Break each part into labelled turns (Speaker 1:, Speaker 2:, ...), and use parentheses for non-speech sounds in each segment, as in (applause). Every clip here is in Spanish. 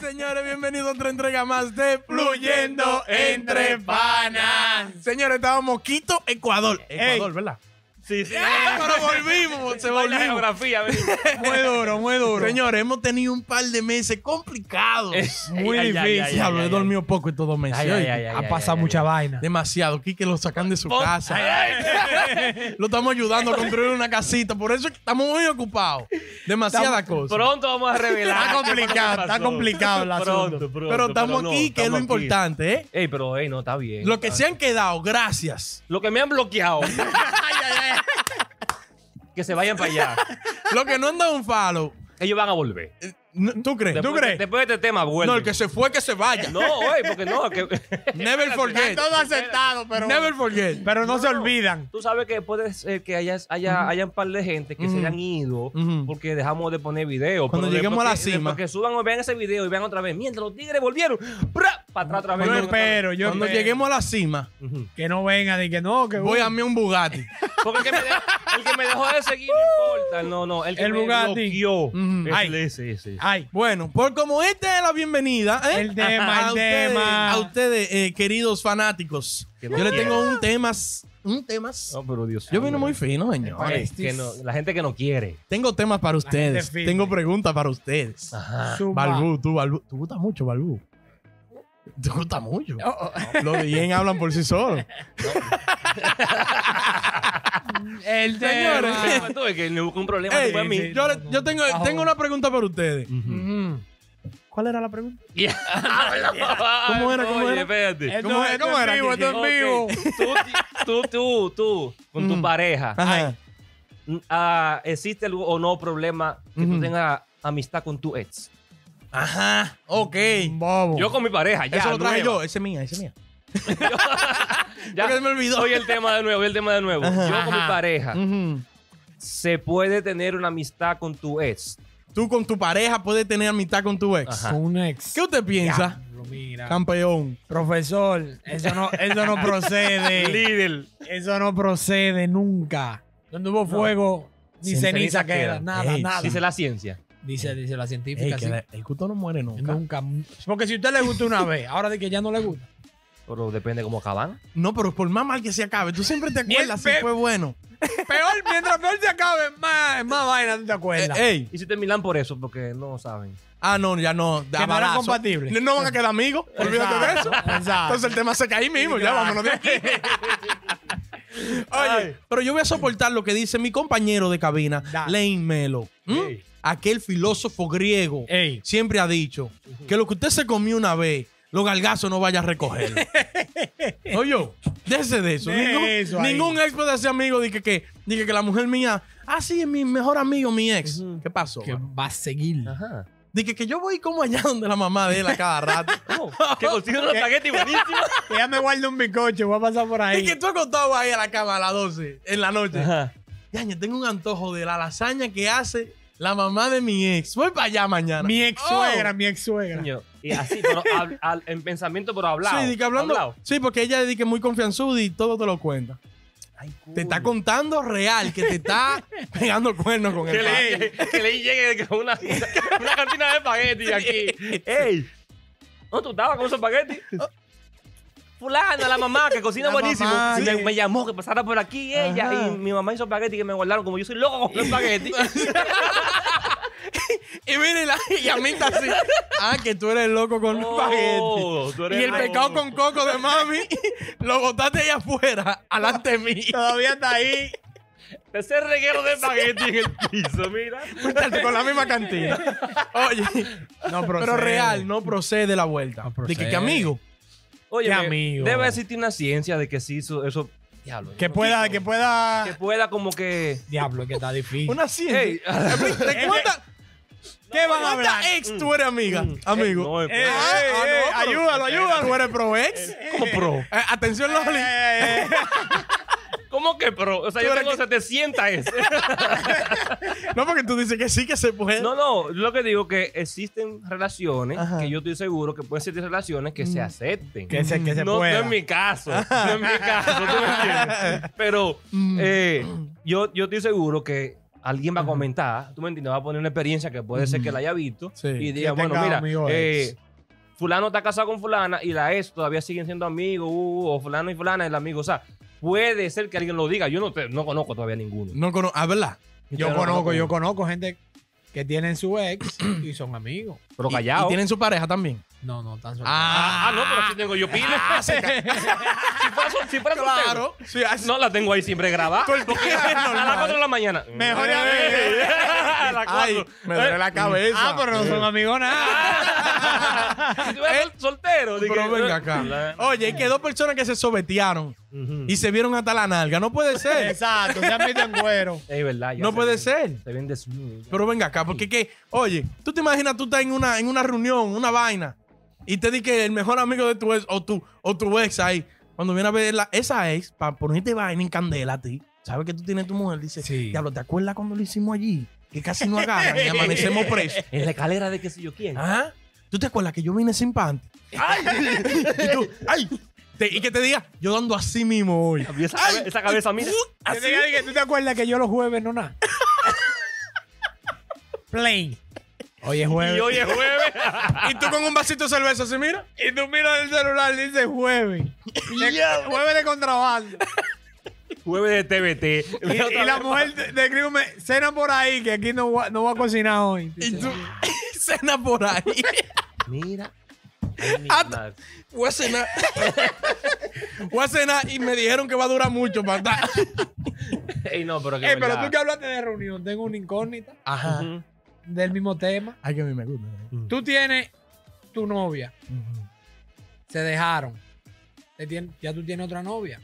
Speaker 1: señores, bienvenidos a otra entrega más de Fluyendo Entre Panas. Señores, estábamos Quito, Ecuador.
Speaker 2: Ecuador, ¿verdad?
Speaker 1: Sí, sí. Pero volvimos, se volvimos.
Speaker 3: geografía,
Speaker 1: Muy duro, muy duro. Señores, hemos tenido un par de meses complicados.
Speaker 2: Muy
Speaker 3: ay, ay, ay,
Speaker 2: difícil.
Speaker 3: ay,
Speaker 1: Diablo, he dormido poco estos dos meses.
Speaker 3: Ay, ay,
Speaker 1: ¿oíste?
Speaker 3: ay, ay,
Speaker 2: ha
Speaker 3: ay,
Speaker 2: pasado
Speaker 3: ay,
Speaker 2: mucha
Speaker 3: ay.
Speaker 2: vaina.
Speaker 1: Demasiado. Quique lo sacan de su
Speaker 3: Pon-
Speaker 1: casa. Lo estamos ayudando a construir una casita. Por eso es que estamos muy ocupados. Demasiada cosa.
Speaker 3: Pronto vamos a revelar.
Speaker 1: Está complicado,
Speaker 3: qué pasó.
Speaker 1: está complicado el asunto.
Speaker 3: Pronto, pronto,
Speaker 1: Pero estamos
Speaker 3: no,
Speaker 1: aquí, que es lo
Speaker 3: estamos aquí.
Speaker 1: importante, ¿eh?
Speaker 3: Ey, pero ey, no, está bien.
Speaker 1: Los que
Speaker 3: Está-
Speaker 1: se han quedado, gracias.
Speaker 3: Lo que me han
Speaker 1: (laughs)
Speaker 3: bloqueado. que se vayan para allá.
Speaker 1: Los que no han dado un follow,
Speaker 3: Ellos van a volver.
Speaker 1: eh, no- ¿tú crees?
Speaker 3: Después,
Speaker 1: ¿Tú crees?
Speaker 3: Después de este tema, vuelven.
Speaker 1: No, el que se fue, que se vaya.
Speaker 3: No, ey, porque no. que-
Speaker 1: (laughs) Never forget.
Speaker 2: todo aceptado, pero.
Speaker 1: Never forget.
Speaker 2: Pero no, se
Speaker 3: No.
Speaker 2: olvidan.
Speaker 3: Tú sabes que puede ser que haya, haya, haya un par de gente que se hayan ido
Speaker 1: Ujú.
Speaker 3: porque dejamos de poner video.
Speaker 1: Cuando
Speaker 3: Pero
Speaker 1: lleguemos a la
Speaker 3: después que-
Speaker 1: cima.
Speaker 3: después Que suban o vean ese video y vean otra vez. Mientras los tigres volvieron. ¡pra! Para atrás otra vez.
Speaker 2: Yo
Speaker 3: Otra vez.
Speaker 2: espero, yo
Speaker 1: Cuando
Speaker 2: espero
Speaker 1: lleguemos a la cima,
Speaker 3: Ujú.
Speaker 2: que no vengan y que no, que
Speaker 1: voy a mí un Bugatti.
Speaker 3: Porque el que, me de- el que me dejó de seguir no importa. No, no. El que
Speaker 2: El
Speaker 3: me
Speaker 2: Bugatti.
Speaker 3: bloqueó.
Speaker 1: Mm,
Speaker 3: Es
Speaker 2: ay.
Speaker 3: el- ese, ese.
Speaker 2: Ay,
Speaker 1: Bueno, por como esta es la bienvenida, ¿eh?
Speaker 2: El tema,
Speaker 1: a
Speaker 2: el
Speaker 1: ustedes,
Speaker 2: tema.
Speaker 1: A ustedes, eh, queridos fanáticos.
Speaker 3: Que Oh,
Speaker 1: yo
Speaker 3: lo
Speaker 1: les
Speaker 3: quieran.
Speaker 1: tengo un temas. Un temas.
Speaker 3: No, pero Dios
Speaker 1: yo
Speaker 3: mío.
Speaker 1: vino muy fino, señor.
Speaker 3: Ey, que no- la gente que no quiere.
Speaker 1: Tengo temas para ustedes.
Speaker 2: gente firme.
Speaker 1: Tengo preguntas para ustedes.
Speaker 3: Ajá.
Speaker 2: zumba.
Speaker 1: Balbu, tú, Balbu. Tú gustas mucho, Balbu. Te gusta mucho.
Speaker 2: Oh.
Speaker 1: (laughs) Los bien hablan por sí solos.
Speaker 2: (laughs) El
Speaker 1: Señores.
Speaker 2: tema.
Speaker 3: Tú ves que le busca un problema
Speaker 1: Ey,
Speaker 3: tú a mí.
Speaker 2: sí.
Speaker 1: yo, le- yo tengo,
Speaker 2: Bajo.
Speaker 1: tengo una pregunta para ustedes.
Speaker 3: Ujú.
Speaker 2: (laughs) Ujú. ¿Cuál era la pregunta?
Speaker 1: (laughs) ¿Cómo era, cómo
Speaker 3: Oye,
Speaker 1: era?
Speaker 3: espérate.
Speaker 2: Esto-
Speaker 1: ¿Cómo era?
Speaker 2: esto
Speaker 1: ¿Cómo
Speaker 2: en
Speaker 1: era,
Speaker 2: vivo,
Speaker 1: Kiki?
Speaker 2: esto en vivo.
Speaker 3: Ok, Tú, tú, tú, tú, con tu
Speaker 1: Ujú.
Speaker 3: pareja,
Speaker 1: Ajá.
Speaker 3: ah, ¿existe algún o no problema que
Speaker 1: Ujú.
Speaker 3: tú tengas amistad con tu ex?
Speaker 1: Ajá. Ok.
Speaker 2: Un Bobo.
Speaker 3: Yo con mi pareja, ya.
Speaker 1: Oh. Eso lo traje
Speaker 3: nueva.
Speaker 1: yo. Ese es mía, ese es mía.
Speaker 3: Ya.
Speaker 1: Porque se me olvidó.
Speaker 3: Oye, el tema de nuevo, oye, el tema de nuevo.
Speaker 1: Ajá.
Speaker 3: Yo con mi
Speaker 2: Ajá.
Speaker 3: pareja,
Speaker 1: Ujú.
Speaker 3: ¿se puede tener una amistad con tu ex?
Speaker 1: Tú con tu pareja puedes tener amistad con tu ex.
Speaker 3: Ajá.
Speaker 2: Con un ex.
Speaker 1: ¿Qué usted piensa,
Speaker 2: Diablo, mira.
Speaker 1: campeón?
Speaker 2: Profesor, eso no,
Speaker 1: (laughs)
Speaker 2: eso no procede.
Speaker 3: Líder.
Speaker 2: eso no procede nunca. Donde hubo fuego, ni
Speaker 3: Sin
Speaker 2: ceniza,
Speaker 3: ceniza
Speaker 2: queda.
Speaker 3: queda.
Speaker 2: Nada,
Speaker 1: Ey,
Speaker 2: nada.
Speaker 3: Dice la ciencia.
Speaker 2: Dice, dice la científica.
Speaker 1: Ey, que
Speaker 2: sí.
Speaker 1: la- el gusto no muere nunca.
Speaker 2: Nunca. Porque si a usted le gusta una vez, ahora de que ya no le gusta.
Speaker 3: Pero depende cómo acaban.
Speaker 1: No, pero por más mal que se acabe, tú siempre te
Speaker 2: (laughs) Ni el
Speaker 1: acuerdas si
Speaker 2: Pep.
Speaker 1: fue bueno.
Speaker 2: Peor, mientras peor se acabe, más, más vaina tú te
Speaker 1: Eh,
Speaker 2: acuerdas.
Speaker 1: ey.
Speaker 3: Y si terminan por eso, porque no saben.
Speaker 1: Ah, no, ya no.
Speaker 2: Que no eran compatibles.
Speaker 1: No, no van a quedar amigos. Olvídate de eso.
Speaker 2: Exacto.
Speaker 1: Entonces el tema se cae ahí mismo. Ya
Speaker 2: Claro.
Speaker 1: vámonos de aquí. Oye, pero yo voy a soportar lo que dice mi compañero de cabina,
Speaker 2: Dale.
Speaker 1: Lane Melo. ¿Mm?
Speaker 3: Ey.
Speaker 1: Aquel filósofo griego
Speaker 2: Ey.
Speaker 1: siempre ha dicho que lo que usted se comió una vez, los galgazos no vaya a recogerlo.
Speaker 2: (laughs)
Speaker 1: Oye, déjese de eso.
Speaker 2: De
Speaker 1: ningún
Speaker 2: eso ahí.
Speaker 1: ningún ex puede ser amigo de que, que, de que, que la mujer mía, ah, sí, es mi mejor amigo, mi ex.
Speaker 3: Ujú.
Speaker 1: ¿Qué pasó?
Speaker 2: que
Speaker 1: mano?
Speaker 2: va a seguir.
Speaker 3: Ajá.
Speaker 1: De que, que yo voy como allá donde la mamá de él a cada rato.
Speaker 3: Oh, que consiguen
Speaker 1: (laughs)
Speaker 3: una espagueti buenísima.
Speaker 2: Que ya me guardo un bizcocho, voy a pasar por
Speaker 1: Y
Speaker 2: ahí.
Speaker 1: que tú acostado ahí a la cama a las 12 en la noche.
Speaker 3: (laughs) Ajá.
Speaker 1: Yaña, tengo un antojo de la lasaña que hace la mamá de mi ex. Voy para allá mañana. Oh.
Speaker 2: (laughs) Mi ex suegra, mi ex suegra.
Speaker 3: Coño, Y así, pero hab- al- en pensamiento, pero
Speaker 1: Oh.
Speaker 3: hablado.
Speaker 1: Sí, di que hablando.
Speaker 3: Hablado.
Speaker 1: Sí, porque ella dice que es muy confianzuda y todo te lo cuenta.
Speaker 3: Ay,
Speaker 1: Te está
Speaker 3: coño.
Speaker 1: contando real, que te está pegando cuernos con
Speaker 3: Que
Speaker 1: el padre.
Speaker 3: le, que le llegue con una, (laughs) una cantina de espagueti aquí. ¡Ey! ¿No tú estabas con esos espagueti? Fulana, la mamá que cocina
Speaker 2: La
Speaker 3: buenísimo.
Speaker 2: mamá,
Speaker 3: me,
Speaker 2: sí.
Speaker 3: me llamó que pasara por aquí ella
Speaker 2: Ajá.
Speaker 3: y mi mamá hizo espagueti que me guardaron como yo soy loco con los (laughs) espagueti.
Speaker 1: Y mire, la y a mí está así. (laughs) Ah, que tú eres loco con los espagueti.
Speaker 3: Oh, tú eres
Speaker 1: Y el
Speaker 3: loco.
Speaker 1: pecado con coco de mami (laughs) lo botaste allá afuera, alante mí.
Speaker 2: Todavía está ahí.
Speaker 3: Ese reguero de espagueti en el piso, mira.
Speaker 1: Con la misma cantina. Oye,
Speaker 2: No
Speaker 1: Pero real, no procede la vuelta.
Speaker 2: No
Speaker 1: de que,
Speaker 2: procede.
Speaker 1: que amigo.
Speaker 3: Oye,
Speaker 2: Qué
Speaker 3: me-
Speaker 2: amigo.
Speaker 3: debe existir una ciencia de que sí, eso. eso diablo, yo
Speaker 2: Que
Speaker 3: no
Speaker 2: pueda,
Speaker 3: sé,
Speaker 2: que
Speaker 3: Que
Speaker 2: pueda.
Speaker 3: pueda como que.
Speaker 2: Diablo, que está difícil.
Speaker 1: Una ciencia.
Speaker 3: Ey. (laughs)
Speaker 1: ¿De cuánta,
Speaker 2: ¿Qué van a hablar?
Speaker 1: cuánta ex tú eres amiga? Amigo.
Speaker 3: No,
Speaker 2: Eh,
Speaker 3: espera.
Speaker 1: Mm. Ah,
Speaker 2: eh,
Speaker 1: ah,
Speaker 2: eh,
Speaker 1: no, pero-
Speaker 2: ayúdalo, ayúdalo.
Speaker 1: Tú eres pro ex.
Speaker 3: ¿Cómo pro?
Speaker 1: Eh, atención, Loli.
Speaker 2: Eh, eh,
Speaker 3: ¿Cómo que pro? O sea,
Speaker 1: Tú
Speaker 3: yo
Speaker 1: eres
Speaker 3: tengo 700 es.
Speaker 1: No, porque tú dices que sí que se puede.
Speaker 3: No, no, lo que digo que existen relaciones
Speaker 1: Ajá. Mm.
Speaker 3: que yo estoy seguro que pueden existir relaciones que se acepten.
Speaker 2: Que se, que se
Speaker 3: no, no
Speaker 2: pueda.
Speaker 3: es mi caso, no
Speaker 2: (laughs)
Speaker 1: Mm.
Speaker 3: eh, es mi caso, ¿tú me entiendes? Pero eh, yo, yo estoy seguro que alguien va a comentar, tú me entiendes, va a poner una experiencia que puede ser que la haya visto
Speaker 1: Sí.
Speaker 3: y
Speaker 2: Que
Speaker 3: diga, bueno,
Speaker 2: tenga
Speaker 3: mira,
Speaker 2: amigos
Speaker 3: eh,
Speaker 2: ex.
Speaker 3: fulano está casado con fulana y la ex todavía siguen siendo amigos, uh, o fulano y fulana el amigo, o sea, puede ser que alguien lo diga, yo no, te- no conozco todavía ninguno.
Speaker 1: No conozco. Ah, ¿verdad?
Speaker 3: Yo
Speaker 2: Yo
Speaker 3: no
Speaker 2: conozco,
Speaker 3: conozco.
Speaker 2: yo conozco gente que tienen su (clears throat) ex y son amigos.
Speaker 3: Pero
Speaker 1: Y-
Speaker 3: callado.
Speaker 1: Y, tienen su pareja también.
Speaker 2: No, no, tan solteros.
Speaker 1: Ah,
Speaker 3: Ah, no, pero si tengo yo pila. si fuera, sol- si fuera soltero,
Speaker 1: claro. Ah. Sí, así-
Speaker 3: No la tengo ahí siempre grabada.
Speaker 1: Todo el
Speaker 3: Porque
Speaker 1: día es
Speaker 3: (laughs) a
Speaker 1: normal.
Speaker 3: las 4 de la mañana.
Speaker 2: Mejor ya
Speaker 3: Eh, (laughs)
Speaker 2: ve.
Speaker 3: A las 4.
Speaker 1: Ay, me duele la cabeza.
Speaker 2: Ah, pero no son amigos nada.
Speaker 3: Eh, Si tú eres soltero, dije,
Speaker 1: Pero venga acá.
Speaker 3: la-
Speaker 1: Oye, es que dos personas que se sobetearon
Speaker 3: Ujú.
Speaker 1: y se vieron hasta la nalga. No puede ser.
Speaker 2: Exacto, se han visto en cuero.
Speaker 3: Es verdad. ya
Speaker 1: No
Speaker 3: se
Speaker 1: puede
Speaker 3: ven-
Speaker 1: ser.
Speaker 3: Se ven desnudos.
Speaker 1: Pero venga acá, porque es que, oye, tú te imaginas tú estás en una, en una reunión, una vaina, y te di que el mejor amigo de tu ex o tu, o tu ex ahí, cuando viene a ver la- esa ex, para ponerte vaina en candela a ti, ¿sabes que tú tienes tu mujer? Dice,
Speaker 2: Sí.
Speaker 1: diablo, ¿te acuerdas cuando lo hicimos allí? Que casi no agarran y amanecemos presos.
Speaker 3: En la escalera de qué sé yo quién.
Speaker 1: ¿Ah? ¿Tú te acuerdas que yo vine sin panty?
Speaker 3: ¡Ay!
Speaker 1: (laughs) Y tú, ¡ay! Te- y que te diga, yo dando así mismo hoy.
Speaker 3: Esa, cabe- esa cabeza, mira.
Speaker 2: Yo te digo que ¿Tú te acuerdas que yo los jueves no nada? Plain. Hoy es jueves.
Speaker 3: Y hoy es jueves.
Speaker 1: Y tú con un vasito de cerveza así, mira.
Speaker 2: Y tú miras el celular y dice jueves.
Speaker 3: Ya.
Speaker 2: Jueves de contrabando.
Speaker 3: jueves de TBT.
Speaker 2: Y, y la mujer de- de escríbeme, cena por ahí, que aquí no, voy a- no voy a cocinar hoy.
Speaker 1: Y tú, (laughs) cena por ahí.
Speaker 3: Mira. Ay, mi
Speaker 1: Ah,
Speaker 3: madre.
Speaker 1: Voy a cenar. (laughs) Voy a cenar y me dijeron que va a durar mucho para estar.
Speaker 3: Ey, no, pero que.
Speaker 2: Eh, pero
Speaker 3: verdad.
Speaker 2: tú que hablaste de reunión, tengo una incógnita
Speaker 1: Ajá.
Speaker 3: Ujú.
Speaker 2: del mismo tema.
Speaker 1: Ay, que a mí me gusta. ¿eh?
Speaker 2: Tú tienes tu novia, se dejaron. Te tien- ya tú tienes otra novia.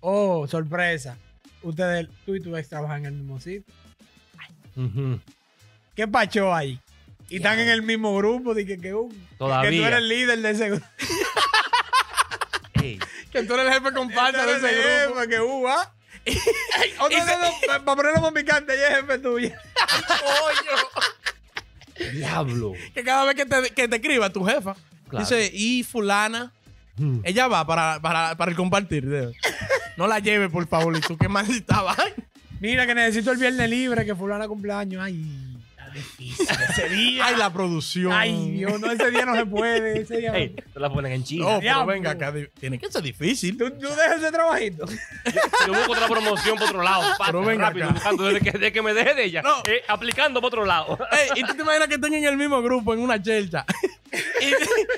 Speaker 2: Oh, sorpresa. Ustedes, tú y tu ex trabajan en el mismo sitio.
Speaker 3: Ujú.
Speaker 2: ¿Qué pacho ahí? Y están en el mismo grupo. Dije que, que, uh,
Speaker 3: Todavía.
Speaker 2: que tú eres el líder de ese grupo.
Speaker 3: Ey.
Speaker 1: Que tú eres el jefe comparsa de
Speaker 2: Tú eres
Speaker 1: ese
Speaker 2: el
Speaker 1: grupo.
Speaker 2: jefe, Que uh, ah. (laughs) Otro
Speaker 1: se-
Speaker 2: dedo, pa- para ponerlo más picante, ella es jefe tuya.
Speaker 3: Diablo.
Speaker 1: Que cada vez que te, que te escriba tu jefa,
Speaker 3: Claro.
Speaker 1: dice, y fulana,
Speaker 3: Mm.
Speaker 1: ella va para, para, para el compartir. de- No la lleve, por favor. Y tú, qué mal (laughs) estaba.
Speaker 2: Mira, que necesito el viernes libre, que fulana cumpleaños. Ay, está difícil
Speaker 1: (laughs)
Speaker 2: ese día.
Speaker 1: Ay, la producción.
Speaker 2: Ay, Dios, no, ese día no se puede. Ese día no.
Speaker 3: Ey, te la ponen en China.
Speaker 1: No, pero
Speaker 2: Diablo.
Speaker 1: venga acá. di- Tiene que ser difícil.
Speaker 2: ¿Tú, tú dejas ese trabajito.
Speaker 3: (laughs) Yo busco otra promoción por otro lado. pa,
Speaker 1: Pero venga
Speaker 3: rápido,
Speaker 1: acá.
Speaker 3: buscando desde que, desde que me deje de ella.
Speaker 1: No.
Speaker 3: eh, aplicando por otro lado. (laughs)
Speaker 1: Ey, y tú te imaginas que estén en el mismo grupo, en una chelcha.
Speaker 2: (laughs)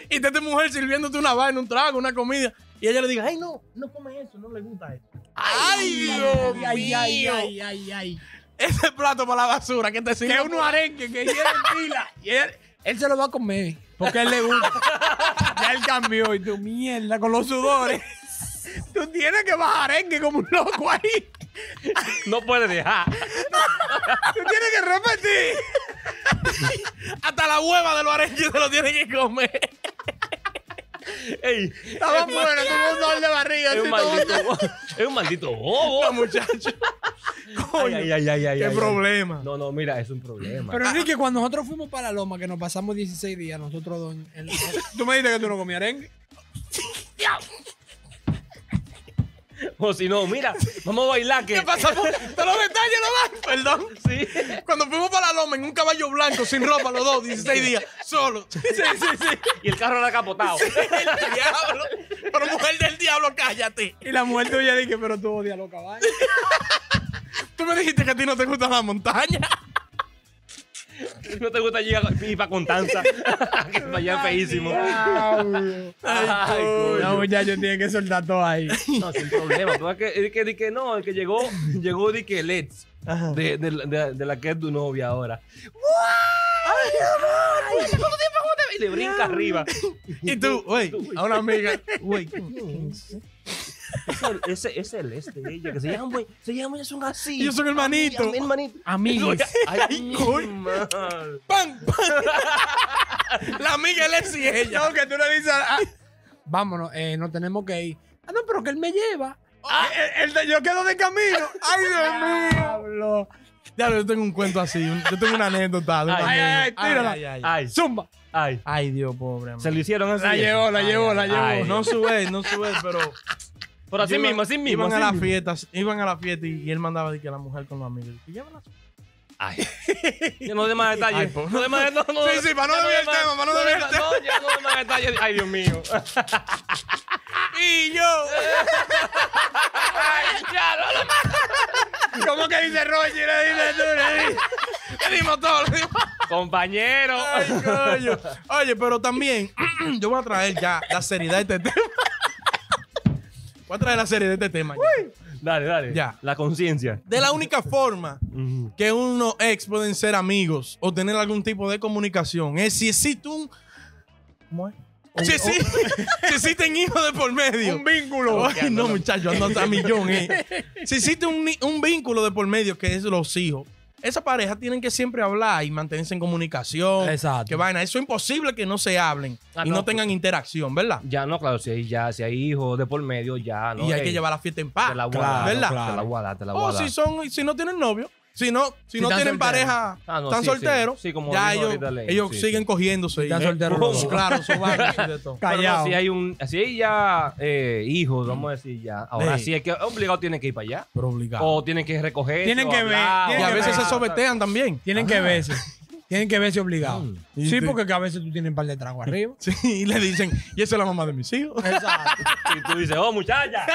Speaker 1: y, y te tu mujer sirviéndote una vaina, un trago, una comida. Y ella le diga, ay, no, no come eso, no le gusta eso. ¡Ay, Dios
Speaker 2: ay, ay,
Speaker 1: mío!
Speaker 2: ay, ay, ay.
Speaker 1: Ese plato para la basura que te sirve.
Speaker 2: Que uno arenque, que lleve
Speaker 1: (laughs)
Speaker 2: pila. Y él, él se lo va a comer. Porque a él le gusta. ya él cambió. Y tú, mierda, con
Speaker 1: (laughs)
Speaker 2: los sudores. tú tienes que bajar arenque como un loco
Speaker 1: (laughs)
Speaker 2: ahí.
Speaker 3: No puede dejar.
Speaker 2: Tú tienes que repetir.
Speaker 1: Hasta la hueva de los arenques se lo tiene que comer.
Speaker 3: Ey,
Speaker 2: Estaba bueno, tuvo un dolor de barriga.
Speaker 3: es un
Speaker 2: así, todo.
Speaker 3: maldito bo- Es un maldito bobo.
Speaker 1: No, muchacho. Coño,
Speaker 3: Ay, ay, ay, ay,
Speaker 1: qué
Speaker 3: ay, ay.
Speaker 1: problema.
Speaker 3: No, no, mira, es un problema.
Speaker 2: Pero Enrique, cuando nosotros fuimos para Loma, que nos pasamos 16 días, nosotros dos en- en la- (laughs) Tú me dijiste que tú no comías arenque.
Speaker 3: O si no, mira, vamos a bailar. Que,
Speaker 1: ¿Qué pasa? Pues, Todos los detalles no van. Perdón.
Speaker 3: Sí.
Speaker 1: Cuando fuimos para la loma en un caballo blanco, sin ropa, los dos, 16 días, solo.
Speaker 3: Sí, sí, sí. Y el carro era capotado.
Speaker 1: El diablo. Pero mujer del diablo, cállate.
Speaker 2: Y la mujer tuya dije, pero tú odias los caballos. (laughs)
Speaker 1: Tú me dijiste que a ti no te gusta la montaña.
Speaker 3: Si no te gusta allí y
Speaker 1: (laughs)
Speaker 3: para Contanza. que para allá es feísimo.
Speaker 2: Diablo.
Speaker 3: Ay, coño.
Speaker 2: No, muchachos, tienen que soltar todo ahí.
Speaker 3: No, sin problema. Tú vas que, di que, di que no, el que llegó, llegó di que Let's. De, de, de, de la que es tu novia ahora. ¡Ay, amor! ¿Cuánto tiempo cómo te- Y le brinca arriba.
Speaker 1: Y tú, güey, a una amiga, güey,
Speaker 3: Ese, ese es el este de ella, que se llama, güey. Se llama, es un así.
Speaker 1: yo soy un hermanito.
Speaker 3: hermanito.
Speaker 2: Amigos.
Speaker 3: Ay, mi
Speaker 1: coño.
Speaker 3: madre.
Speaker 1: ¡Pam! ¡Pam! La amiga él es y ella.
Speaker 2: No, que tú le dices, ah, vámonos, eh, nos tenemos que ir. Ah, no, pero que él me lleva. Ah, él- él- yo quedo de camino.
Speaker 1: (laughs)
Speaker 2: Ay, Dios mío.
Speaker 1: Ya, yo tengo un cuento así. un- Yo tengo una anécdota. de una
Speaker 3: Ay,
Speaker 1: amiga.
Speaker 2: ay, ay, tírala.
Speaker 1: Ay, ay, ay.
Speaker 3: Ay,
Speaker 2: Zumba.
Speaker 3: ay.
Speaker 1: Ay, Dios, pobre.
Speaker 3: Se
Speaker 1: amigo.
Speaker 3: lo hicieron así.
Speaker 2: La llevó, la llevó, la llevó.
Speaker 3: Ay.
Speaker 1: No sube, no sube, pero.
Speaker 3: Pero así
Speaker 1: iban-
Speaker 3: mismo, así mismo.
Speaker 1: Iban
Speaker 3: así
Speaker 1: a la
Speaker 3: mismo.
Speaker 1: fiesta, iban a la fiesta y, y él mandaba de que la mujer con los amigos. Y llévala.
Speaker 3: Ay. Yo no dé más detalles. no dé más detalles. No, no,
Speaker 1: Sí, sí, para no
Speaker 3: ya
Speaker 1: desviar
Speaker 3: dé
Speaker 1: el
Speaker 3: más-
Speaker 1: tema, para no
Speaker 3: dé
Speaker 1: desviar
Speaker 3: más-
Speaker 1: el tema.
Speaker 3: No, ya no dé más detalles. Ay,
Speaker 1: (laughs)
Speaker 3: Dios mío.
Speaker 1: Y yo.
Speaker 3: (laughs) Ay, ya, no, no, no.
Speaker 2: (laughs) ¿Cómo que dice Roger? Dile tú, le dices.
Speaker 1: Le dimos todo, le dimos-
Speaker 3: Compañero.
Speaker 1: Ay, coño. Oye, pero también (clears throat) yo voy a traer ya la seriedad de este (laughs) tema. Voy a traer la seriedad de este tema. ya.
Speaker 3: Dale, dale.
Speaker 1: Ya.
Speaker 3: La conciencia.
Speaker 1: De la única forma
Speaker 3: Ujú.
Speaker 1: que unos ex pueden ser amigos o tener algún tipo de comunicación es si existe un. ¿Cómo es? (laughs) Si, exi- si existen hijos de por medio.
Speaker 2: Un vínculo.
Speaker 1: Ay, no, muchachos, ando hasta millón. eh. Si existe un, ni- un vínculo de por medio que es los hijos, esa pareja tienen que siempre hablar y mantenerse en comunicación.
Speaker 2: Exacto.
Speaker 1: Que vaina. Eso es imposible que no se hablen
Speaker 3: Ah,
Speaker 1: y no,
Speaker 3: no.
Speaker 1: tengan interacción, ¿verdad?
Speaker 3: Ya no, claro, si hay, ya, si hay hijos de por medio, ya no.
Speaker 1: y hay que
Speaker 3: Ey,
Speaker 1: llevar la fiesta en paz.
Speaker 3: Te la voy a
Speaker 1: claro, Oh,
Speaker 3: dar,
Speaker 1: ¿Verdad?
Speaker 2: claro.
Speaker 3: Te la voy a dar, te la voy
Speaker 1: O
Speaker 3: a dar.
Speaker 1: si son, si no tienen novio, si no, si,
Speaker 2: Si
Speaker 1: no
Speaker 2: están
Speaker 1: tienen
Speaker 2: solteros.
Speaker 1: pareja,
Speaker 3: Ah, no,
Speaker 1: están
Speaker 3: sí,
Speaker 1: solteros,
Speaker 3: sí. Sí, como
Speaker 1: ya
Speaker 3: dijo
Speaker 1: ellos,
Speaker 3: ahorita Ley,
Speaker 1: ellos
Speaker 3: sí,
Speaker 1: siguen
Speaker 3: sí.
Speaker 1: cogiéndose.
Speaker 2: están
Speaker 1: y-
Speaker 2: solteros,
Speaker 1: Oh,
Speaker 2: no.
Speaker 1: Claro, eso va. eso de todo.
Speaker 3: Pero no,
Speaker 2: Callao.
Speaker 3: si hay un, si hay ya eh, hijos, vamos a decir ya. Ahora
Speaker 1: Ey.
Speaker 3: sí es que obligado tienen que ir para allá.
Speaker 1: Pero obligado.
Speaker 3: O tienen que recoger.
Speaker 2: Tienen que ver,
Speaker 1: y
Speaker 2: tienen
Speaker 1: a
Speaker 2: que
Speaker 1: veces
Speaker 2: ver.
Speaker 1: se sobetean también.
Speaker 2: Tienen que verse. Tienen que verse obligados.
Speaker 1: Y
Speaker 2: Sí,
Speaker 1: te-
Speaker 2: porque que a veces tú tienes un par de tragos arriba.
Speaker 1: Sí, y le dicen, y esa es la mamá de mis hijos. (laughs)
Speaker 2: Exacto.
Speaker 3: Y tú dices, oh, muchacha.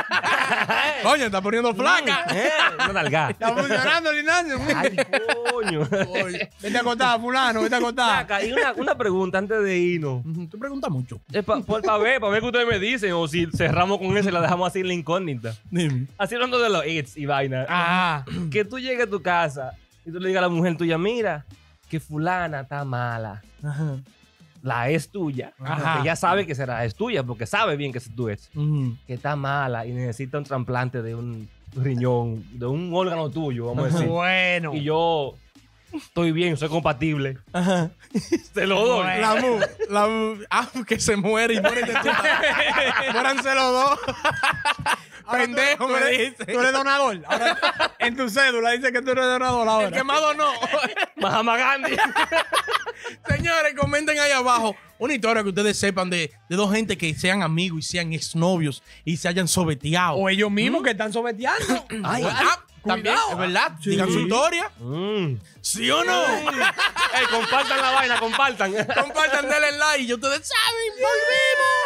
Speaker 1: Coño, está poniendo flaca.
Speaker 3: Eh, una nalgada.
Speaker 2: Está funcionando, Linacio. (laughs)
Speaker 3: Ay, coño.
Speaker 2: Vete a contar, fulano, vete a
Speaker 1: Ah.
Speaker 2: contar.
Speaker 3: Saca, y una, una pregunta antes de irnos.
Speaker 1: Ujú, Tú preguntas mucho.
Speaker 3: Es pa- por para ver, para ver qué ustedes me dicen. O si cerramos con eso y la dejamos así en la incógnita.
Speaker 1: Dime.
Speaker 3: Así hablando de los hits y vaina.
Speaker 2: Ah,
Speaker 3: Que tú llegues a tu casa y tú le digas a la mujer tuya, mira, que fulana está mala.
Speaker 1: Ajá.
Speaker 3: la es tuya,
Speaker 2: Ajá.
Speaker 3: que ya sabe que será es tuya, porque sabe bien que es tu ex,
Speaker 1: Ujú.
Speaker 3: que está mala y necesita un trasplante de un riñón, de un órgano tuyo, vamos a decir.
Speaker 2: bueno.
Speaker 3: Y yo estoy bien, soy compatible.
Speaker 1: Ajá.
Speaker 3: Te lo doy.
Speaker 2: Bueno.
Speaker 1: La mu, la mu- ah, que se muere y muérete tú. Muéranse los dos.
Speaker 2: Ahora tú-
Speaker 1: Pendejo,
Speaker 2: tú
Speaker 1: me
Speaker 2: eres-
Speaker 1: dijiste.
Speaker 2: Tú eres donador. Ahora,
Speaker 1: (laughs)
Speaker 2: en tu cédula dice que tú eres donador ahora.
Speaker 1: El quemado no. (laughs)
Speaker 3: Mahama
Speaker 2: (laughs)
Speaker 3: Gandhi.
Speaker 1: Señores, comenten ahí abajo una historia que ustedes sepan de, de dos gente que sean amigos y sean exnovios y se hayan sobeteado.
Speaker 2: O ellos mismos que están sobeteando.
Speaker 1: Mm. (clears throat) Ay, ah, también,
Speaker 2: cuidado.
Speaker 1: es verdad.
Speaker 2: Sí.
Speaker 1: Digan su historia.
Speaker 3: Mm.
Speaker 1: ¿Sí o no?
Speaker 3: Ey, compartan (laughs) la vaina, compartan.
Speaker 1: Compartan, denle like y ustedes saben. ¡Volvimos!